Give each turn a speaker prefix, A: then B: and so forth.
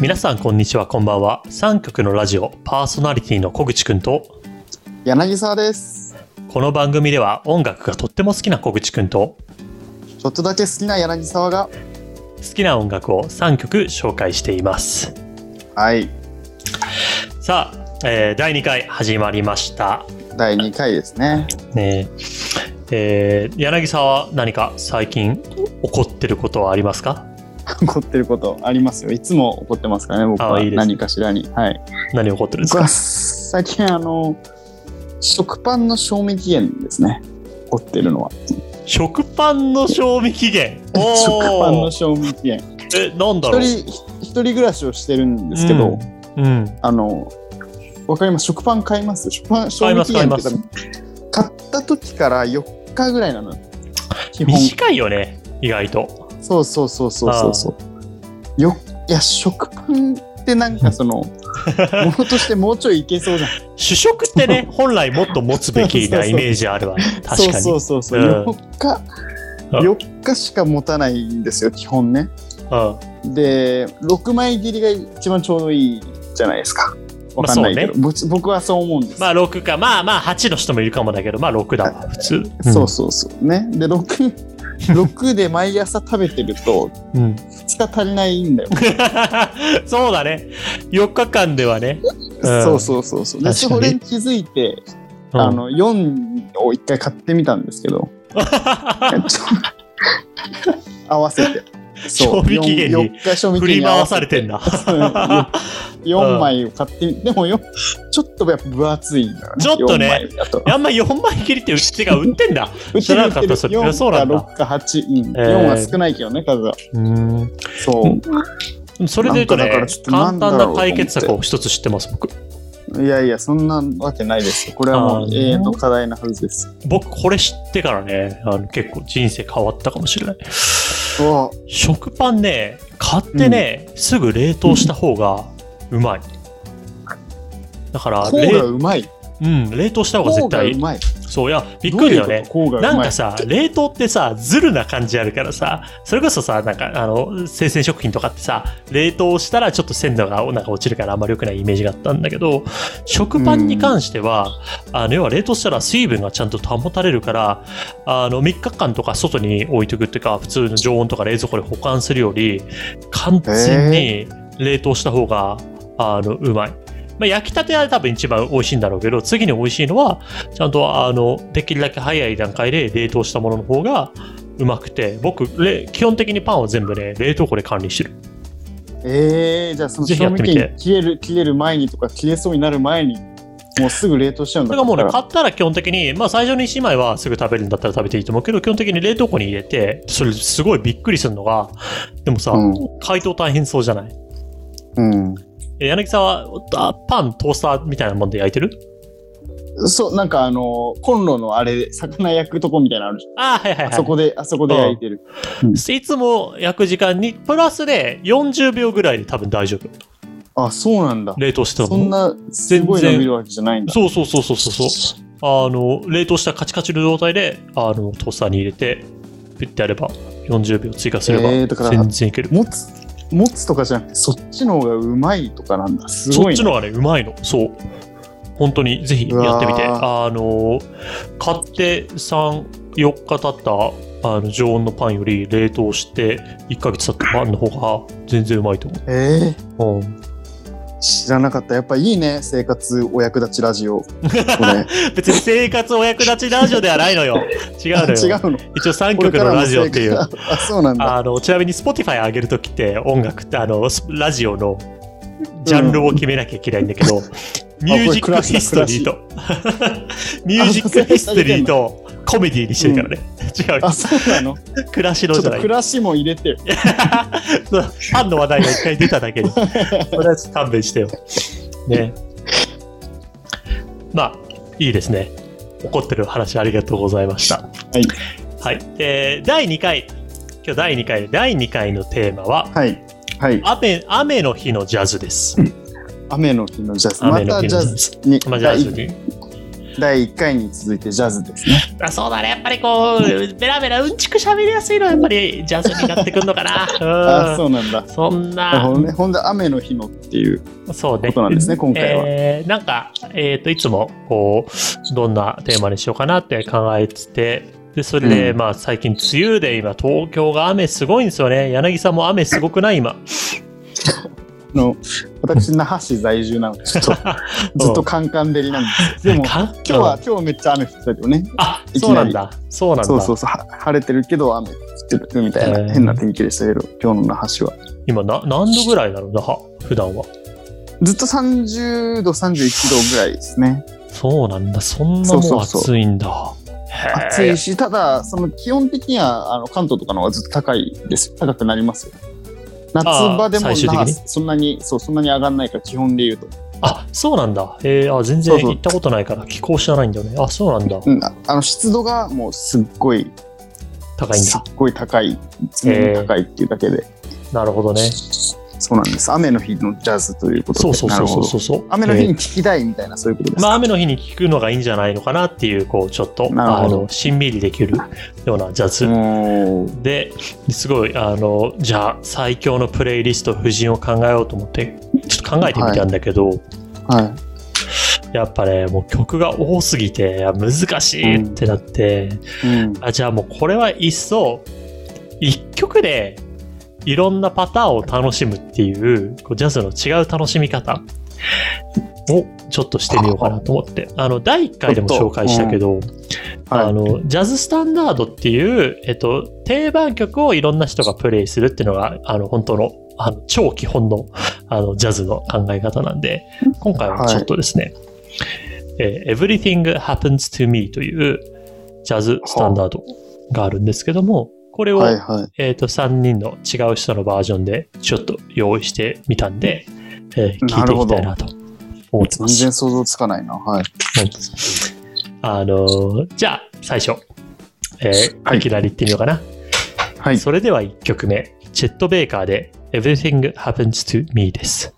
A: 皆さんこんにちはこんばんは三曲のラジオパーソナリティの小口くんと
B: 柳沢です。
A: この番組では音楽がとっても好きな小口くんと
B: ちょっとだけ好きな柳沢が。
A: 好きな音楽を3曲紹介しています
B: はい。
A: さあ、えー第2回始まりました
B: 第2回ですね。
A: ねええー柳沢は何か最近起こってることはありますか
B: 怒ってることありますよ。いつも怒ってますからね、僕
A: あ
B: はい
A: いですね
B: 何かしらに。はい。
A: 何起こってるんです
B: 僕は
A: か
B: 最近、あの、食パンの賞味期限ですね。怒ってるのは。
A: 食パンの賞味期 限おー
B: 食パンの賞味期限。
A: えなんだろ
B: 一
A: う
B: 人、一人暮らしをしてるんですけど、
A: うん、うん
B: あの、わかります食パン買います食パン賞
A: 買いま
B: 味
A: す
B: 期限って
A: 買
B: 多
A: いま
B: 分、買った時から4日ぐらいなの。基本。
A: 短いよね意外と
B: そうそうそうそうそうそう。よいや食パンってなんか そのものとしてもうちょいいけそうじゃん。
A: 主食ってね 本来もっと持つべきなイメージあるわ確かに
B: そうそうそうそう。
A: うん
B: 4日
A: うん
B: 4日しか持たないんですよ基本ね。
A: うん
B: で6枚切りが一番ちょうどいいじゃないですか。わかんないけど、
A: まあ
B: ぼち僕はそう思うんです。
A: まあ6かまあまあ8の人もいるかもだけどまあ6だわ普通、
B: そうそうそうね。で6 6で毎朝食べてると
A: うん、 うん、
B: 2日足りないんだよ。
A: そうだね4日間ではね、うん
B: そうそうそうそう。で
A: 確かに
B: それに気づいて、
A: うん
B: あの4を一回買ってみたんですけ どちょ合わせて
A: 賞味期限に
B: 4日賞味
A: 振
B: 期限
A: り
B: に合
A: 回
B: わ
A: さ
B: せ
A: れ
B: て
A: てんだ
B: 4枚を買ってみでもよちょっとやっぱ分厚いんだよね
A: ちょっとね
B: 4枚だと
A: あんま4枚切りってうちが売ってんだ
B: う
A: 知
B: ち
A: ら
B: の
A: なかったそれ
B: 4
A: そう
B: か
A: なんだ
B: 6か8、うん
A: えー
B: 4は少ないけどね数は
A: うん
B: そ
A: それで言うと
B: なん
A: ね
B: かだからちょっとな
A: 簡
B: んだ
A: 単
B: ろう
A: な
B: と思って
A: 解決策を一つ知ってます僕
B: ういやいやそんなわけないですよこれはも
A: あ
B: う
A: ー
B: 永遠の課題なはずです
A: 僕これ知ってからねあの結構人生変わったかもしれない
B: そ
A: 食パンね買ってね、すぐ冷凍した方がうまいだか
B: う
A: ら
B: こうが
A: 冷,、
B: うまい
A: うん、冷凍した方が
B: こ
A: 絶
B: うがう
A: 対
B: まい
A: そういやびっくりだよね
B: どういうことこうが
A: な
B: うんまい
A: かさ冷凍ってさズルな感じあるからさそれこそさなんかあの生鮮食品とかってさ冷凍したらちょっと鮮度がなんか落ちるからあんまり良くないイメージがあったんだけど食パンに関してはあの要は冷凍したら水分がちゃんと保たれるからあの3日間とか外に置いとくっていうか普通の常温とか冷蔵庫で保管するより完全に冷凍した方があのうまい。まあ、焼きたては多分一番美味しいんだろうけど次に美味しいのはちゃんとあのできるだけ早い段階で冷凍したものの方がうまくて僕れ基本的にパンを全部ね冷凍庫で管理してる
B: えー、じゃあその
A: ぜひや
B: 賞
A: って
B: 味
A: み
B: 期
A: て
B: 限切れる切れる前にとか切れそうになる前にもうすぐ冷凍しちゃうん
A: だか
B: だ
A: らもうね
B: だか
A: 買ったら基本的に、まあ、最初に1枚はすぐ食べるんだったら食べていいと思うけど基本的に冷凍庫に入れてそれすごいびっくりするのがでもさ、
B: うん
A: 解凍大変そうじゃない
B: ら
A: え柳さんはあパントースターみたいなもんで焼いてる
B: うん、そうなんかあのコンロのあれ魚焼くとこみたいなのあるじゃん
A: ああはいはいはい
B: あそこであそこで焼いてる、
A: いつも焼く時間にプラスで40秒ぐらいで多分大丈夫
B: あそうなんだ
A: 冷凍してた
B: そ
A: も
B: ん
A: の
B: なすごい伸びるわけじゃないんだ
A: そうそうそうそうそうそうあの冷凍したカチカチの状態であのトースターに入れてピッてやれば40秒追加すれば
B: えーだから
A: 全然いける、
B: もつもつとかじゃなくてそっちの方がうまいとかなんだす
A: そ
B: ご
A: っ
B: い
A: ち
B: ね
A: のがねうまいのそう本当にぜひやってみて
B: う
A: あの買って34日経ったあの常温のパンより冷凍して1ヶ月経ったパンの方が全然うまいと
B: え
A: 思う、うん、
B: ー、知らなかったやっぱいいね生活お役立ち ラジオこれ
A: 別に生活お役立ちラジオではない のよ違うのよ
B: 違うの
A: 一応3
B: これ
A: 曲
B: か
A: の
B: ら
A: ラジオっていう
B: 生活あそうなんだ
A: あのちなみに Spotify 上げるときって音楽ってあのスラジオのジャンルを決めなきゃいけないんだけど、 ミュージックヒストリーと ミュージックヒストリーとコメディーにしてるからね、違うよ
B: あそうなの
A: 暮らしの
B: ちょっ
A: じゃ
B: と
A: ない
B: 暮らしも入れてよ。
A: そうファンの話題が一回出ただけ にそれはちょっと勘弁してよねまあいいですね怒ってる話ありがとうございました
B: はい。
A: はいえー第2回今日第2回第2回のテーマは
B: はい。はい。
A: 雨雨の日のジャズです。
B: 雨の日のジャズ。ま
A: 雨の
B: た
A: 日
B: ジ
A: の
B: ャ
A: ジャ
B: ズに。
A: まあ、ジャズ
B: 第
A: に。
B: 第1回に続いてジャズですね。
A: あそうだね、やっぱりこう、ベラベラうんちくしゃべりやすいのは、やっぱりジャズになってくるのか な。
B: あ
A: う
B: そ
A: ん
B: うなんだ。
A: そん
B: なる
A: な
B: ほ、どね。ほんで、雨の日のっていう
A: そうね。
B: ことなんですね、今回は。
A: えーなんか、えっ、と、いつも、こう、どんなテーマにしようかなって考えてて、で、それで、
B: うん
A: まあ、最近、梅雨で今、東京が雨すごいんですよね。柳さんも雨すごくない今。
B: あの私、那覇市在住なので、ちょ っとずっとカンカン照りなんですよ。でも、今
A: 環
B: 日は、今日めっちゃ雨降ってたけどね。
A: あ、
B: いきなり
A: そうなんだ。そうなんだ。
B: そうそうそう、は晴れてるけど雨降ってるみたい
A: へー
B: な変な天気でしたけど、今日の那覇市は。
A: 今な、何度ぐらいなの那覇、普段は。
B: ずっと30度、31度ぐらいですね。
A: そうなんだ。そんな
B: そう
A: も
B: そ
A: ん
B: うそう
A: 暑いんだ。へー
B: 暑いし、ただ、その気温的にはあの関東とかの方がずっと高いですよ。高くなりますよ。夏場でも
A: あー最終的
B: 那
A: に
B: 覇そんなに、そう、そんなに上がんないから、基本で言うと。
A: あ、そうなんだ。えー、あ、全然
B: そうそう
A: 行ったことないから、気候知らないんだよね。あ、そうなんだ。
B: うん、ああの湿度がもうすっごい、
A: 高いん
B: す
A: だ。
B: っごい高い、常に高いっていうだけで、
A: なるほどね。
B: そうなんです。雨の日のジャズということで、
A: そうそう
B: な
A: そ
B: る
A: うそ
B: ほ
A: う
B: ど
A: そうそう。
B: 雨の日
A: え
B: に聞きたいみたいな、そういうことで
A: ー
B: す。
A: まあ、雨の日に聞くのがいいんじゃないのかなっていう、こう、ちょっと、
B: なるほ
A: あ
B: ど
A: の、しんみりできるようなジャズ。
B: もう
A: で、すごい、あの、じゃあ、最強のプレイリスト、夫人を考えようと思って、ちょっと考えてみたんだけど、
B: は
A: やっぱね、もう曲が多すぎて、いや難しいってなって、
B: い。うん
A: あじゃあもうこれはいっそ一曲でいろんなパターンを楽しむっていうこうジャズの違う楽しみ 方をちょっとしてみようかなと思ってあの第1回でも紹介したけど、あ
B: はい。
A: のジャズスタンダードっていう、えっと、定番曲をいろんな人がプレイするっていうのがあの本当のあの超基本のあのジャズの考え方なんで今回はちょっとですね「えー Everything Happens to Me」というジャズスタンダードがあるんですけどもこれを、
B: はいはい。
A: えっと3人の違う人のバージョンでちょっと用意してみたんで、えー聞いていきたいなと思って
B: 全
A: ます。
B: 然想像つかないな。はい。
A: あのーじゃあ最初、えー
B: はい
A: いきなり行ってみようかな、
B: はい。
A: それでは1曲目チェット・ベイカーで「Everything Happens to Me」です